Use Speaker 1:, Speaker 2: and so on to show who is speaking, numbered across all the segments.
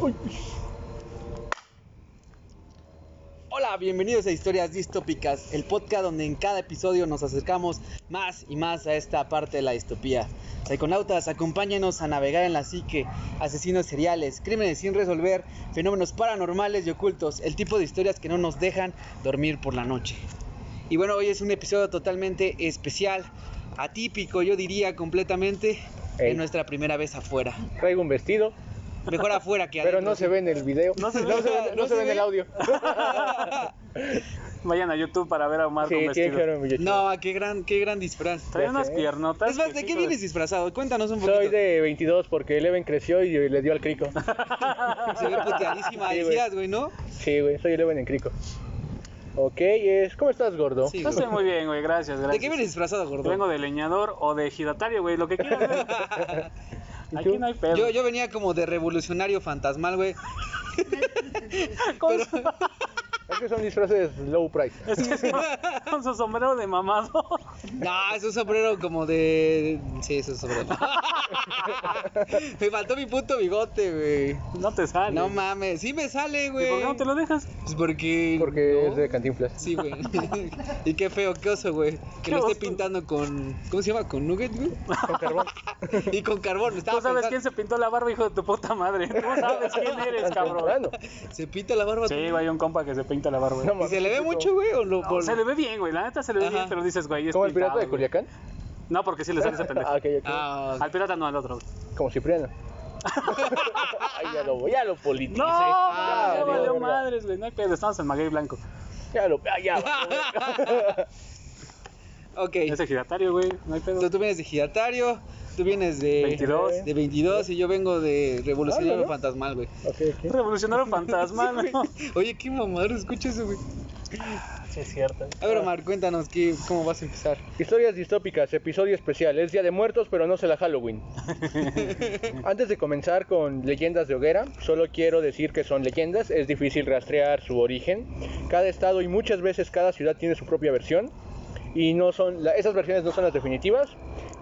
Speaker 1: Uy. Hola, bienvenidos a Historias Distópicas, el podcast donde en cada episodio nos acercamos más y más a esta parte de la distopía. Psiconautas, acompáñanos a navegar en la psique, asesinos seriales, crímenes sin resolver, fenómenos paranormales y ocultos, el tipo de historias que no nos dejan dormir por la noche. Y bueno, hoy es un episodio totalmente especial, atípico, yo diría completamente,
Speaker 2: Ey.
Speaker 1: en nuestra primera vez afuera.
Speaker 2: Traigo un vestido,
Speaker 1: Mejor afuera que adentro.
Speaker 2: pero no se ve en el video.
Speaker 3: No se ve.
Speaker 2: ve, no se ve en el audio.
Speaker 3: Vayan a YouTube para ver a Omar
Speaker 2: sí, tiene
Speaker 3: con
Speaker 2: que
Speaker 3: vestido.
Speaker 2: haber un billete.
Speaker 1: No, qué gran, qué gran disfraz.
Speaker 3: Trae
Speaker 2: Ya
Speaker 3: unas
Speaker 2: sé.
Speaker 3: piernotas.
Speaker 1: Es más, ¿de qué vienes disfrazado? Cuéntanos un poquito.
Speaker 2: Soy de 22 porque Eleven creció y le dio al crico.
Speaker 1: Se ve puteadísima,
Speaker 2: Sí, güey.
Speaker 1: decías, güey, ¿no?
Speaker 2: Sí, güey, soy Eleven en crico. Ok, es... ¿cómo estás, gordo?
Speaker 1: Sí,
Speaker 3: Yo estoy muy bien, güey, gracias, gracias.
Speaker 1: ¿De qué vienes disfrazado, gordo?
Speaker 3: Vengo de leñador o de ejidatario, güey, lo que quieras. güey. Aquí no hay pedo.
Speaker 1: Yo, yo venía como de revolucionario fantasmal, güey.
Speaker 3: con,
Speaker 2: Es que son disfraces low price.
Speaker 3: es que es con- con su sombrero de mamado.
Speaker 1: No, es un sombrero como de. Sí, es un sombrero. me faltó mi puto bigote, güey.
Speaker 3: No te sale.
Speaker 1: No mames, sí me sale,
Speaker 3: ¿Y
Speaker 1: güey.
Speaker 3: por qué no te lo dejas?
Speaker 1: Pues porque.
Speaker 2: Porque
Speaker 1: ¿no?
Speaker 2: es de cantinflas.
Speaker 1: Sí, güey. y qué feo, qué oso, güey. Que
Speaker 3: Qué
Speaker 1: lo esté
Speaker 3: oso.
Speaker 1: pintando con. ¿Cómo se llama? ¿Con nugget, güey?
Speaker 2: Con carbón.
Speaker 1: y con carbón. Estaba
Speaker 3: Tú sabes quién
Speaker 1: pensando-
Speaker 3: se pintó la barba, hijo de tu puta madre. Tú sabes quién eres, cabrón.
Speaker 2: Bueno,
Speaker 1: Se pinta la barba.
Speaker 3: Sí, güey, un compa que se pinta la barba.
Speaker 2: no
Speaker 1: ¿Y
Speaker 2: mames,
Speaker 1: se le ve
Speaker 2: chico.
Speaker 1: mucho, güey? ¿O lo,
Speaker 3: No, se le ve bien, güey, la neta se le ve
Speaker 1: Ajá.
Speaker 3: bien, pero dices, güey, es
Speaker 2: ¿Como el pirata
Speaker 3: pintado,
Speaker 2: de
Speaker 3: güey.
Speaker 2: Culiacán?
Speaker 3: No, porque sí le sale ese pendejo.
Speaker 2: Ah, ok, ok.
Speaker 1: Ah,
Speaker 3: Al pirata no, al otro. güey.
Speaker 2: Como Cipriano. Ay, ya lo, ya lo politicé.
Speaker 3: No,
Speaker 2: Ah,
Speaker 3: ya
Speaker 2: valió
Speaker 3: valió
Speaker 2: verga.
Speaker 3: madres, güey. No hay pedo, estamos en Maguey Blanco.
Speaker 2: Ya lo, ah, ya valió verga.
Speaker 1: ok.
Speaker 3: Ese giratario, güey. No hay pedo.
Speaker 1: Tú, tú vienes de Gidatario, tú vienes de
Speaker 3: 22.
Speaker 1: de 22 y yo vengo de Revolucionario
Speaker 2: Ah, ¿no?
Speaker 1: Fantasmal, güey.
Speaker 2: Ok, ok.
Speaker 3: Revolucionaron fantasma,
Speaker 1: Sí,
Speaker 3: ¿no?
Speaker 1: güey. Oye, qué mamadero, escucha eso, güey.
Speaker 3: Sí, es cierto.
Speaker 1: A ver, Omar, cuéntanos qué, cómo vas a empezar.
Speaker 2: Historias distópicas, episodio especial. Es Día de Muertos, pero no se la Halloween. Antes de comenzar con leyendas de hoguera, solo quiero decir que son leyendas. Es difícil rastrear su origen. Cada estado y muchas veces cada ciudad tiene su propia versión. Y no son la- esas versiones no son las definitivas.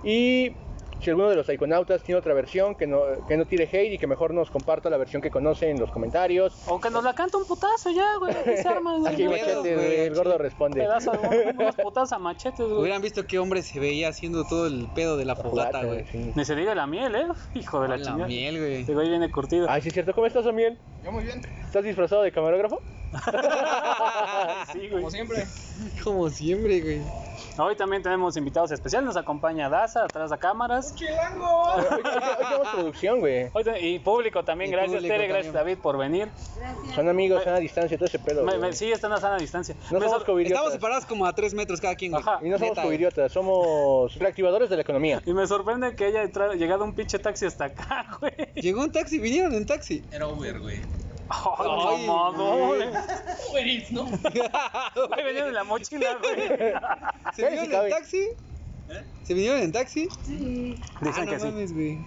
Speaker 2: Y si alguno de los iconautas tiene otra versión, que no, que no tire hate y que mejor nos comparta la versión que conoce en los comentarios.
Speaker 3: O que nos la canta un putazo ya, güey. Aquí se arman, güey.
Speaker 2: Aquí
Speaker 1: hay
Speaker 3: Un
Speaker 1: pedo,
Speaker 2: machete,
Speaker 1: güey.
Speaker 2: el gordo responde.
Speaker 3: Pedazo, de- unos putazos a machetes, güey.
Speaker 1: Hubieran visto qué hombre se veía haciendo todo el pedo de la fogata, güey.
Speaker 2: Sí.
Speaker 3: Ni se diga la miel, ¿eh? Hijo de la,
Speaker 1: Con La
Speaker 3: chingada.
Speaker 1: miel, güey.
Speaker 3: Este güey viene curtido.
Speaker 2: Ay, Ah, sí es cierto. ¿Cómo estás, Amiel?
Speaker 4: Yo muy bien,
Speaker 2: ¿Estás disfrazado de camarógrafo?
Speaker 3: sí, güey.
Speaker 4: como siempre.
Speaker 1: Como siempre, güey.
Speaker 3: Hoy también tenemos invitados especiales. Nos acompaña Daza, atrás de cámaras.
Speaker 4: ¡Chilango!
Speaker 2: Hoy, hoy- hoy tenemos producción, güey.
Speaker 3: Hoy te- y público también.
Speaker 1: Y
Speaker 3: gracias,
Speaker 1: público
Speaker 3: Tere. Gracias,
Speaker 1: también.
Speaker 3: David, por venir.
Speaker 2: Son amigos, están a distancia, todo ese pedo.
Speaker 3: Me-
Speaker 2: güey.
Speaker 3: me- sí, están a sana distancia.
Speaker 2: No somos
Speaker 3: Me sor-
Speaker 1: Estamos
Speaker 2: covidiotas.
Speaker 1: separados como a 3 metros cada quien, güey.
Speaker 3: Ajá.
Speaker 2: Y no somos
Speaker 1: Neta, güey.
Speaker 2: covidiotas, somos reactivadores de la economía.
Speaker 3: Y me sorprende que haya entrado- llegado un pinche taxi hasta acá, güey.
Speaker 1: Llegó un taxi, vinieron en taxi.
Speaker 4: Era Uber, güey.
Speaker 3: Ay,
Speaker 1: Ay,
Speaker 3: mamado,
Speaker 1: güey.
Speaker 3: güey.
Speaker 4: Uber Eats, ¿no?
Speaker 3: Güey, venía de la mochila,
Speaker 1: ¿Se
Speaker 3: güey.
Speaker 2: Claro, sí
Speaker 1: vinieron
Speaker 2: cabe.
Speaker 1: en taxi?
Speaker 4: ¿Eh?
Speaker 1: ¿Se vinieron en taxi?
Speaker 3: Dicen
Speaker 1: ah,
Speaker 3: que
Speaker 1: no
Speaker 3: sí.
Speaker 1: mames, güey.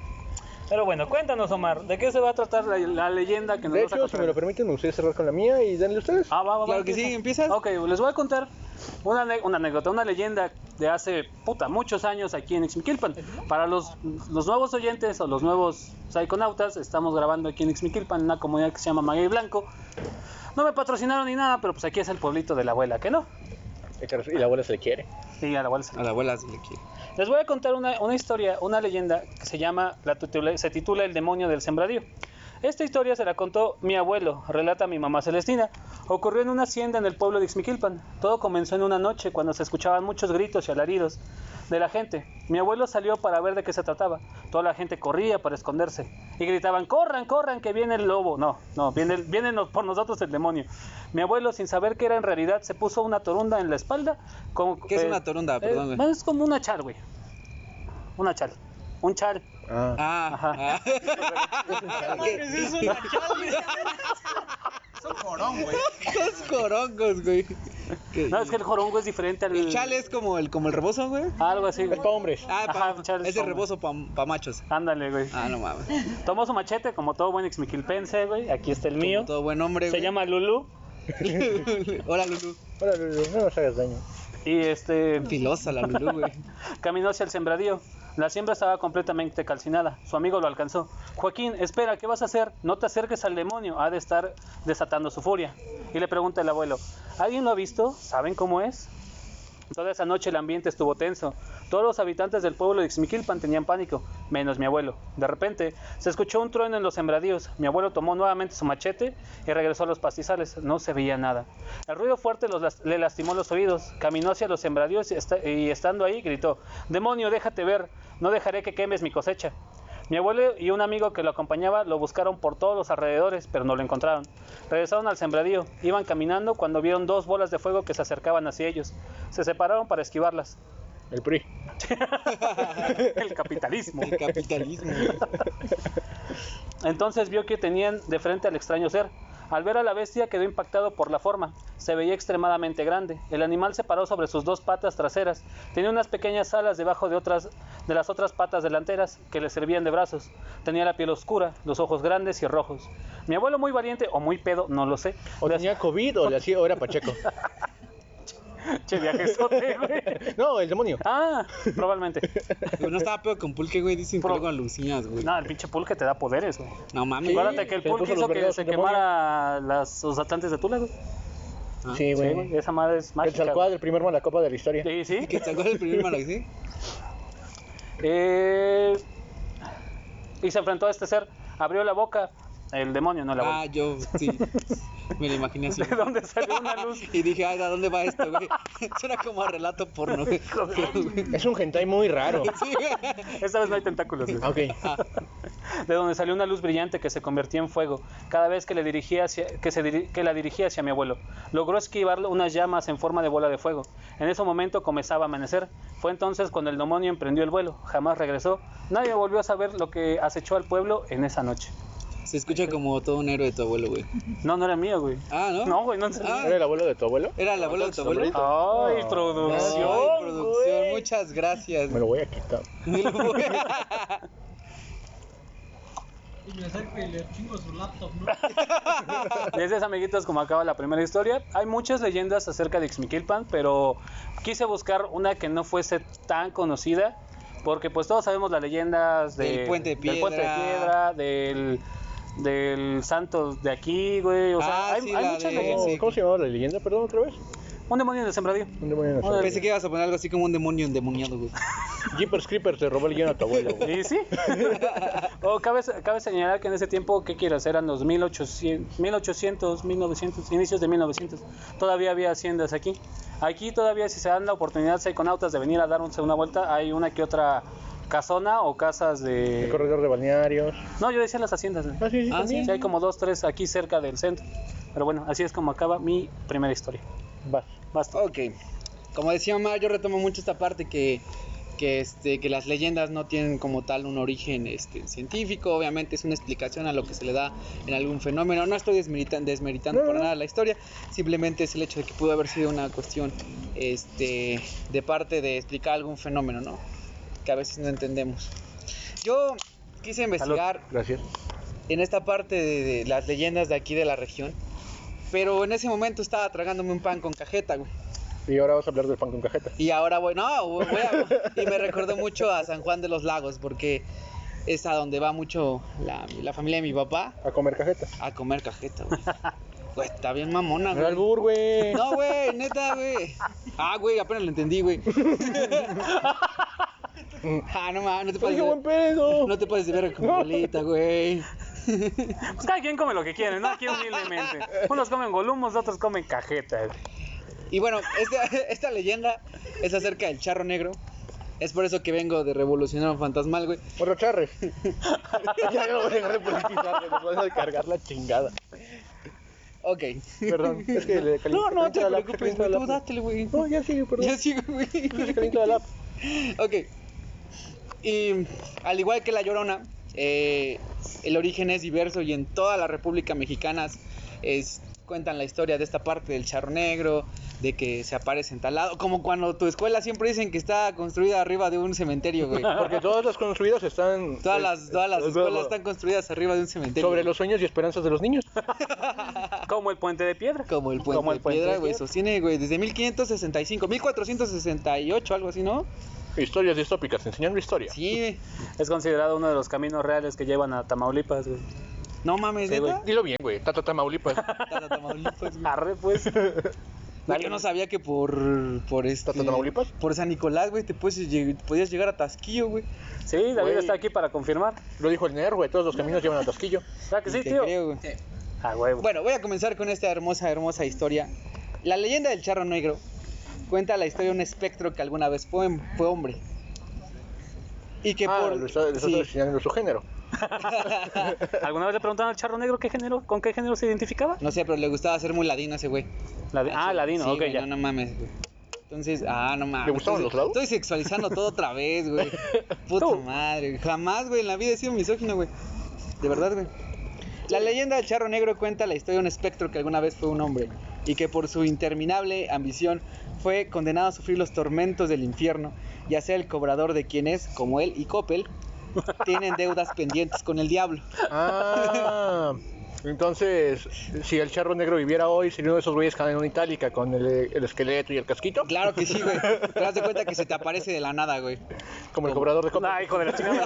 Speaker 3: Pero bueno, cuéntanos, Omar, ¿de qué se va a tratar la, la leyenda que nos
Speaker 2: De
Speaker 3: vas a
Speaker 2: hecho, si
Speaker 3: contar?
Speaker 2: me lo permiten, me gustaría cerrar con la mía y denle ustedes.
Speaker 3: Ah, va, va, va,
Speaker 1: Claro que
Speaker 3: empieza.
Speaker 1: sí, ¿empiezas?
Speaker 3: Ok, les voy a contar una, ane- una anécdota, una leyenda de hace, puta, muchos años aquí en Ixmiquilpan. Para los, los nuevos oyentes o los nuevos psiconautas, estamos grabando aquí en Ixmiquilpan, en una comunidad que se llama Maguey Blanco. No me patrocinaron ni nada, pero pues aquí es el pueblito de la abuela, ¿que no?
Speaker 2: Y la abuela se le quiere.
Speaker 3: Y a la abuela se le
Speaker 1: A la abuela se le quiere.
Speaker 3: Les voy a contar una, una historia, una leyenda que se llama, la tutula- se titula El demonio del sembradío. Esta historia se la contó mi abuelo, relata mi mamá Celestina. Ocurrió en una hacienda en el pueblo de Ixmiquilpan. Todo comenzó en una noche cuando se escuchaban muchos gritos y alaridos de la gente. Mi abuelo salió para ver de qué se trataba. Toda la gente corría para esconderse y gritaban, corran, corran, que viene el lobo. No, no, viene, el- viene no- por nosotros el demonio. Mi abuelo, sin saber qué era en realidad, se puso una torunda en la espalda. Con,
Speaker 1: ¿Qué es una torunda? Perdón, güey.
Speaker 3: más es como una chal, güey. Una chal. Un chal.
Speaker 2: Ah.
Speaker 1: Ah, ah.
Speaker 3: Ajá.
Speaker 4: Son corón, güey.
Speaker 1: Esos corongos, güey. ¿Qué?
Speaker 3: No, es que el jorongo es diferente al.
Speaker 1: El chal es como el, como el rebozo, güey.
Speaker 3: Algo así.
Speaker 2: Es
Speaker 3: güey.
Speaker 2: para hombres.
Speaker 1: Ah, pa-
Speaker 3: Ajá, chal es
Speaker 1: ese
Speaker 3: como-
Speaker 1: rebozo para machos.
Speaker 3: Ándale, güey.
Speaker 1: Ah, no mames.
Speaker 3: Tomó su machete, como todo buen exmiquilpense, güey. Aquí está el
Speaker 1: Como
Speaker 3: mío.
Speaker 1: Todo buen hombre,
Speaker 3: Se
Speaker 1: güey.
Speaker 3: llama Lulu.
Speaker 1: Hola, Lulu.
Speaker 2: Hola, Lulu, no nos hagas daño.
Speaker 3: Y este.
Speaker 1: Filosa la Lulu, güey.
Speaker 3: Caminó hacia el sembradío. La siembra estaba completamente calcinada. Su amigo lo alcanzó. Joaquín, espera, ¿qué vas a hacer? No te acerques al demonio. Ha de estar desatando su furia. Y le pregunta el abuelo, ¿alguien lo ha visto? ¿Saben cómo es? Toda esa noche el ambiente estuvo tenso. Todos los habitantes del pueblo de Ixmiquilpan tenían pánico, menos mi abuelo. De repente, se escuchó un trueno en los sembradíos. Mi abuelo tomó nuevamente su machete y regresó a los pastizales. No se veía nada. El ruido fuerte los las- le lastimó los oídos. Caminó hacia los sembradíos y, esta- y estando ahí gritó, Demonio, déjate ver, no dejaré que quemes mi cosecha. Mi abuelo y un amigo que lo acompañaba lo buscaron por todos los alrededores, pero no lo encontraron. Regresaron al sembradío, iban caminando cuando vieron dos bolas de fuego que se acercaban hacia ellos. Se separaron para esquivarlas.
Speaker 2: El PRI.
Speaker 3: El capitalismo.
Speaker 1: El capitalismo.
Speaker 3: Entonces vio que tenían de frente al extraño ser. Al ver a la bestia quedó impactado por la forma. Se veía extremadamente grande. El animal se paró sobre sus dos patas traseras. Tenía unas pequeñas alas debajo de otras de las otras patas delanteras que le servían de brazos. Tenía la piel oscura, los ojos grandes y rojos. Mi abuelo muy valiente o muy pedo, no lo sé.
Speaker 2: O
Speaker 3: Le
Speaker 2: tenía COVID o le hacía o era Pacheco.
Speaker 3: hacía- Che, viajezote, güey.
Speaker 2: No, el demonio.
Speaker 3: Ah, probablemente.
Speaker 1: Pero no estaba pedo con Pulque, güey. Dicen que
Speaker 3: Pro-
Speaker 1: luego alucinas, güey.
Speaker 3: No, el pinche pulque te da poderes, güey.
Speaker 1: No mames. güey.
Speaker 3: Acuérdate que el
Speaker 2: se le puso
Speaker 3: pulque hizo
Speaker 2: los
Speaker 3: que
Speaker 2: verdaderos
Speaker 3: se
Speaker 2: demonios.
Speaker 3: quemara las, los atlantes de Tula, güey.
Speaker 1: Ah,
Speaker 2: Sí,
Speaker 3: Sí,
Speaker 2: güey.
Speaker 3: güey, esa madre es
Speaker 2: El
Speaker 3: mágica.
Speaker 2: Salcuad, el primer malacopa de la historia.
Speaker 3: güey. Sí, sí.
Speaker 1: Que sacó el primer malo, ¿sí?
Speaker 3: Eh, y se enfrentó a este ser. Abrió la boca. El demonio, no la
Speaker 1: Ah,
Speaker 3: boca.
Speaker 1: yo sí. Me lo imaginé así.
Speaker 3: ¿De dónde salió una luz?
Speaker 1: Y dije, ay, ¿a dónde va esto, güey? Suena como a relato porno, güey.
Speaker 2: Es un hentai muy raro.
Speaker 1: Sí, güey.
Speaker 3: Esta vez no hay tentáculos. güey.
Speaker 2: Ok.
Speaker 3: De donde salió una luz brillante que se convertía en fuego cada vez que, le dirigía hacia- que, se diri- que la dirigía hacia mi abuelo. Logró esquivar unas llamas en forma de bola de fuego. En ese momento comenzaba a amanecer. Fue entonces cuando el demonio emprendió el vuelo. Jamás regresó. Nadie volvió a saber lo que acechó al pueblo en esa noche.
Speaker 1: Se escucha como todo un héroe de tu abuelo, güey.
Speaker 3: No, no era mío, güey.
Speaker 1: Ah, ¿no?
Speaker 3: No, güey, no en serio.
Speaker 1: Ah.
Speaker 2: ¿Era el abuelo de tu abuelo?
Speaker 1: ¿Era el abuelo de tu abuelo?
Speaker 3: Ay,
Speaker 2: No.
Speaker 3: producción.
Speaker 1: Ay, producción,
Speaker 3: güey.
Speaker 1: muchas gracias.
Speaker 2: Me lo voy a quitar.
Speaker 1: Me lo voy a-
Speaker 5: Y me acerco y le chingo su laptop, ¿no?
Speaker 3: Desde esa, amiguitos, como acaba la primera historia, hay muchas leyendas acerca de Ixmiquilpan, pero quise buscar una que no fuese tan conocida, porque pues todos sabemos las leyendas de-
Speaker 1: Del Puente de
Speaker 3: del Puente de
Speaker 1: Piedra.
Speaker 3: Piedra, del, del santo de aquí, güey. O sea,
Speaker 1: Ah,
Speaker 3: hay,
Speaker 1: sí,
Speaker 3: hay
Speaker 1: la
Speaker 3: muchas
Speaker 1: de-
Speaker 3: leyendas.
Speaker 1: sí.
Speaker 2: ¿Cómo se llamaba la leyenda? Perdón, otra vez.
Speaker 3: Un demonio en el sembradío.
Speaker 2: Un demonio en
Speaker 3: Una
Speaker 2: el
Speaker 1: Pensé que ibas a poner algo así como un demonio endemoniado, güey.
Speaker 2: Jeepers Creepers te robó el guión a tu abuelo, güey.
Speaker 3: Y sí. o cabe, cabe señalar que en ese tiempo, ¿qué quieras? Eran los 1800, 1800, 1900, inicios de 1900. Todavía había haciendas aquí. Aquí todavía, si se dan la oportunidad, psiconautas, de venir a darse una vuelta, hay una que otra casona o casas
Speaker 2: El
Speaker 3: de...
Speaker 2: corredor de balnearios.
Speaker 3: No, yo decía las haciendas. güey.
Speaker 2: Ah, sí, sí,
Speaker 1: Ah,
Speaker 2: también.
Speaker 3: Sí, hay como dos, tres aquí cerca del centro. Pero bueno, así es como acaba mi primera historia.
Speaker 2: Vas.
Speaker 3: Basta.
Speaker 1: Ok. Como decía Omar, yo retomo mucho esta parte que, que, este, que las leyendas no tienen como tal un origen este, científico. Obviamente es una explicación a lo que se le da en algún fenómeno. No estoy desmerita- desmeritando
Speaker 2: No, no,
Speaker 1: para
Speaker 2: no.
Speaker 1: nada la historia. Simplemente es el hecho de que pudo haber sido una cuestión este, de parte de explicar algún fenómeno, ¿no? Que a veces no entendemos. Yo quise investigar
Speaker 2: Gracias.
Speaker 1: en esta parte de, de las leyendas de aquí de la región. Pero en ese momento estaba tragándome un pan con cajeta, güey.
Speaker 2: Y ahora vas a hablar del pan con cajeta.
Speaker 1: Y ahora voy, no, voy a- y me recordó mucho a San Juan de los Lagos porque es a donde va mucho la, la familia de mi papá
Speaker 2: A comer cajeta.
Speaker 1: a comer cajeta, güey. Güey, está bien mamona,
Speaker 2: Al
Speaker 1: güey.
Speaker 2: albur, güey.
Speaker 1: No, güey, neta, güey. Ah, güey, apenas lo entendí, güey. Ah, no mames, no te
Speaker 2: Ay,
Speaker 1: pases
Speaker 2: qué buen
Speaker 1: de,
Speaker 2: pedo.
Speaker 1: no te pases de verga con mi abuelita, güey.
Speaker 3: Pues cada quien come lo que quiere, ¿no? Aquí humildemente. Unos comen golumos, otros comen cajetas.
Speaker 1: Y bueno, este- esta leyenda es acerca del charro negro. Es por eso que vengo de revolucionar fantasmal, güey.
Speaker 2: Bueno, charre. ya no lo voy a dejar de politizar, güey, nos vas a cargar la chingada.
Speaker 1: Ok.
Speaker 2: Perdón, es que le
Speaker 1: No,
Speaker 2: calienta-
Speaker 1: no te
Speaker 2: calienta la-
Speaker 1: preocupes,
Speaker 2: calienta
Speaker 1: güey.
Speaker 2: la-
Speaker 1: Tú dátele, güey.
Speaker 2: No, ya sigue, perdón.
Speaker 1: Ya sigo, güey.
Speaker 2: Se calienta la lap.
Speaker 1: Ok. Y al igual que La Llorona, eh, el origen es diverso y en toda la República Mexicana es- cuentan la historia de esta parte del charro negro, de que se aparece en tal lado. Como cuando tu escuela siempre dicen que está construida arriba de un cementerio, güey.
Speaker 2: Porque todas las construidas están. eh,
Speaker 1: Todas las, todas las escuelas están construidas arriba de un cementerio.
Speaker 2: Sobre los sueños y esperanzas de los niños.
Speaker 3: Como el puente de piedra.
Speaker 1: Como el puente
Speaker 3: Como el
Speaker 1: de
Speaker 3: puente
Speaker 1: piedra,
Speaker 3: de
Speaker 1: güey.
Speaker 3: piedra.
Speaker 1: Sostiene, güey, desde 1565, 1468, algo así, ¿no?
Speaker 2: Historias distópicas, enseñando historia.
Speaker 1: Sí,
Speaker 6: Es considerado uno de los caminos reales que llevan a Tamaulipas, güey.
Speaker 1: no mames,
Speaker 6: Sí, güey.
Speaker 1: ¿neta?
Speaker 2: Dilo bien, Eh, güey. Tata Tamaulipas.
Speaker 1: Tata Tamaulipas, güey.
Speaker 6: Arre, pues.
Speaker 1: Güey, Yo no sabía que por por este
Speaker 2: ¿Tata Tamaulipas?
Speaker 1: por San Nicolás, güey, te puedes lleg- podías llegar a Tasquillo, güey.
Speaker 6: Sí, David
Speaker 2: Güey.
Speaker 6: está aquí para confirmar.
Speaker 2: Lo dijo el NER, güey. Todos los caminos llevan a Tasquillo.
Speaker 6: ¿Verdad que sí,
Speaker 1: Te
Speaker 6: tío?
Speaker 1: creo, güey.
Speaker 6: A huevo.
Speaker 1: Bueno, voy a comenzar con esta hermosa, hermosa historia. La leyenda del charro negro cuenta la historia de un espectro que alguna vez fue, fue hombre. Y que
Speaker 2: ah,
Speaker 1: por.
Speaker 2: lo está, lo está
Speaker 1: sí.
Speaker 2: enseñando su género.
Speaker 6: ¿Alguna vez le preguntaron al charro negro qué género, con qué género se identificaba?
Speaker 1: No sé, pero le gustaba ser muy ladino a ese güey.
Speaker 6: La de- ah, ladino,
Speaker 1: Sí,
Speaker 6: ok,
Speaker 1: güey,
Speaker 6: ya.
Speaker 1: No, no mames, güey. Entonces, ah, no mames.
Speaker 2: ¿Le gustaban
Speaker 1: Entonces,
Speaker 2: los lados?
Speaker 1: Estoy sexualizando todo otra vez, güey. Puta
Speaker 6: Tú.
Speaker 1: madre. güey. Jamás, güey, en la vida he sido misógino, güey. De verdad, güey. La leyenda del charro negro cuenta la historia de un espectro que alguna vez fue un hombre y que por su interminable ambición fue condenado a sufrir los tormentos del infierno, ya sea el cobrador de quienes, como él y Coppel, tienen deudas pendientes con el diablo.
Speaker 2: Ah. Entonces, si el charro negro viviera hoy, sería uno de esos güeyes que andan en una itálica con el, el esqueleto y el casquito.
Speaker 1: Claro que sí, güey. Te das de cuenta que se te aparece de la nada, güey.
Speaker 2: Como el cobrador de copa.
Speaker 6: Ay, Ah, hijo de la chingada.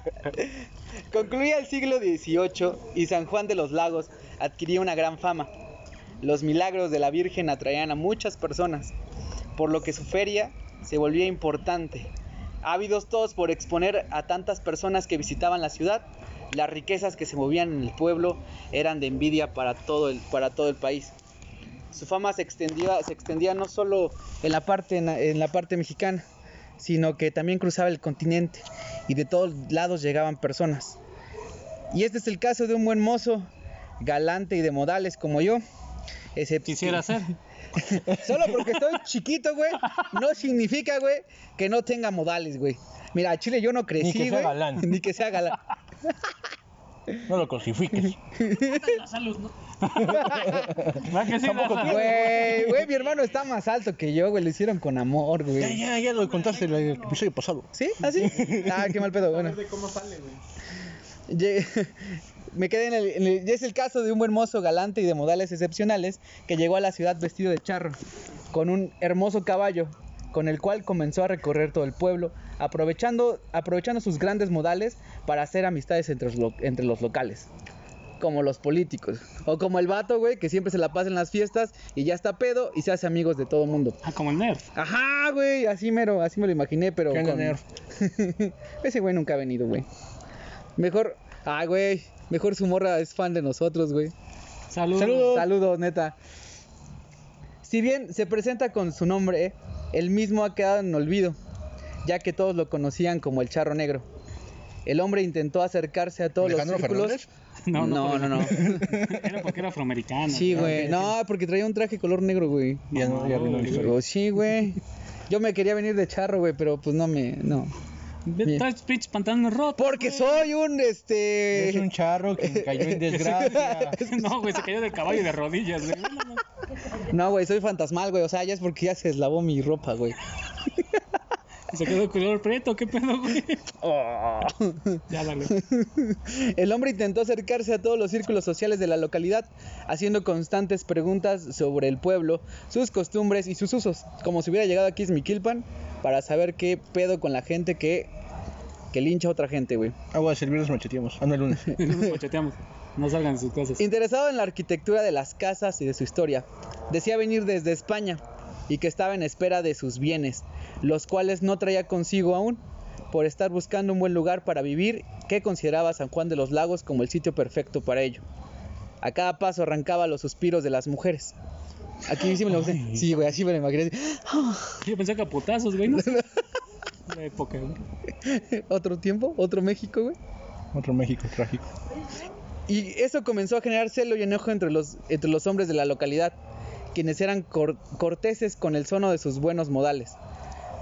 Speaker 1: Concluía el siglo XVIII y San Juan de los Lagos adquiría una gran fama. Los milagros de la Virgen atraían a muchas personas, por lo que su feria se volvía importante. Ávidos todos por exponer a tantas personas que visitaban la ciudad, las riquezas que se movían en el pueblo eran de envidia para todo el, para todo el país. Su fama se extendía, se extendía no solo en la, parte, en la- en la parte mexicana, sino que también cruzaba el continente y de todos lados llegaban personas. Y este es el caso de un buen mozo, galante y de modales como yo. excepto-
Speaker 6: ser.
Speaker 1: Solo porque estoy chiquito, güey, no significa, güey, que no tenga modales, güey. Mira, a Chile yo no crecí,
Speaker 2: que sea
Speaker 1: güey,
Speaker 2: galán.
Speaker 1: Ni que sea galán.
Speaker 2: No lo crucifiques.
Speaker 3: La salud, ¿no?
Speaker 6: que sí,
Speaker 2: Tampoco
Speaker 6: Rafa?
Speaker 1: Güey, güey, mi hermano está más alto que yo, güey. Lo hicieron con amor,
Speaker 2: Ya,
Speaker 1: güey.
Speaker 7: Eh,
Speaker 2: ya, ya lo contaste en el episodio pasado.
Speaker 1: ¿Sí? ¿Así? Ah, qué mal pedo,
Speaker 3: A
Speaker 1: bueno.
Speaker 3: ver de cómo sale, güey.
Speaker 1: Lle- Me quedé en el, en el- y Es el caso de un buen mozo galante y de modales excepcionales que llegó a la ciudad vestido de charro, con un hermoso caballo, con el cual comenzó a recorrer todo el pueblo, aprovechando, aprovechando sus grandes modales para hacer amistades entre los, lo- entre los locales. Como los políticos. O como el vato, güey, que siempre se la pasa en las fiestas y ya está pedo y se hace amigos de todo mundo.
Speaker 6: Ah, como el nerf.
Speaker 1: Ajá, güey, así mero, así me lo imaginé, pero.
Speaker 2: ¿Qué onda, nerd?
Speaker 1: Ese güey nunca ha venido, güey. Mejor. Ah, güey. Mejor su morra es fan de nosotros, güey.
Speaker 6: Saludos.
Speaker 1: Saludos, neta. Si bien se presenta con su nombre, el mismo ha quedado en olvido, ya que todos lo conocían como el charro negro. El hombre intentó acercarse a todos
Speaker 2: ¿Alejandro
Speaker 1: los círculos.
Speaker 2: Fernández?
Speaker 6: No, no,
Speaker 1: no, no. no.
Speaker 6: Era porque era afroamericano.
Speaker 1: Sí,
Speaker 6: ¿no?
Speaker 1: güey. No, porque traía un traje color negro, güey.
Speaker 2: Ya no, ya arruinó la historia.
Speaker 1: Pero sí, güey. Yo me quería venir de charro, güey, pero pues no me. No.
Speaker 6: Ve,
Speaker 1: Bien.
Speaker 6: Traes pinches pantalones rotos.
Speaker 1: Porque soy un este.
Speaker 3: eh,
Speaker 8: Es un charro que cayó en desgracia.
Speaker 6: No, güey, se cayó del caballo de rodillas, güey.
Speaker 1: No, güey, soy fantasmal, güey. O sea, ya es porque ya se deslavó mi ropa, güey.
Speaker 6: Se quedó de color preto, qué pedo, güey.
Speaker 2: Oh.
Speaker 6: Ya dale.
Speaker 1: El hombre intentó acercarse a todos los círculos sociales de la localidad, haciendo constantes preguntas sobre el pueblo, sus costumbres y sus usos. Como si hubiera llegado aquí a Izmiquilpan para saber qué pedo con la gente que. que lincha a otra gente, güey.
Speaker 2: Agua de servir los macheteamos. Ah, no, el lunes.
Speaker 6: Nos macheteamos. No salgan de sus casas.
Speaker 1: Interesado en la arquitectura de las casas y de su historia, decía venir desde España y que estaba en espera de sus bienes, los cuales no traía consigo aún, por estar buscando un buen lugar para vivir que consideraba San Juan de los Lagos como el sitio perfecto para ello. A cada paso arrancaba los suspiros de las mujeres. Aquí sí me lo imaginé. Sí, güey, así me lo imaginé.
Speaker 6: Yo pensé que a putazos, güey. ¿no? La época, güey.
Speaker 1: Otro tiempo, otro México, güey.
Speaker 8: Otro México trágico.
Speaker 1: Y eso comenzó a generar celo y enojo entre los, entre los hombres de la localidad, quienes eran cor- corteses con el sono de sus buenos modales.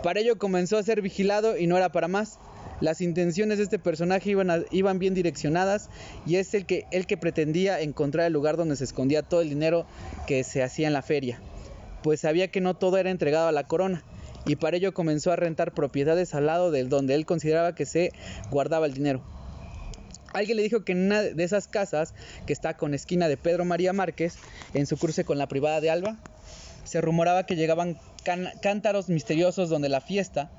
Speaker 1: Para ello comenzó a ser vigilado y no era para más. Las intenciones de este personaje iban, a- iban bien direccionadas y es el que, el que pretendía encontrar el lugar donde se escondía todo el dinero que se hacía en la feria, pues sabía que no todo era entregado a la corona y para ello comenzó a rentar propiedades al lado del donde él consideraba que se guardaba el dinero. Alguien le dijo que en una de esas casas, que está con esquina de Pedro María Márquez, en su cruce con la privada de Alba, se rumoraba que llegaban can- cántaros misteriosos donde la fiesta,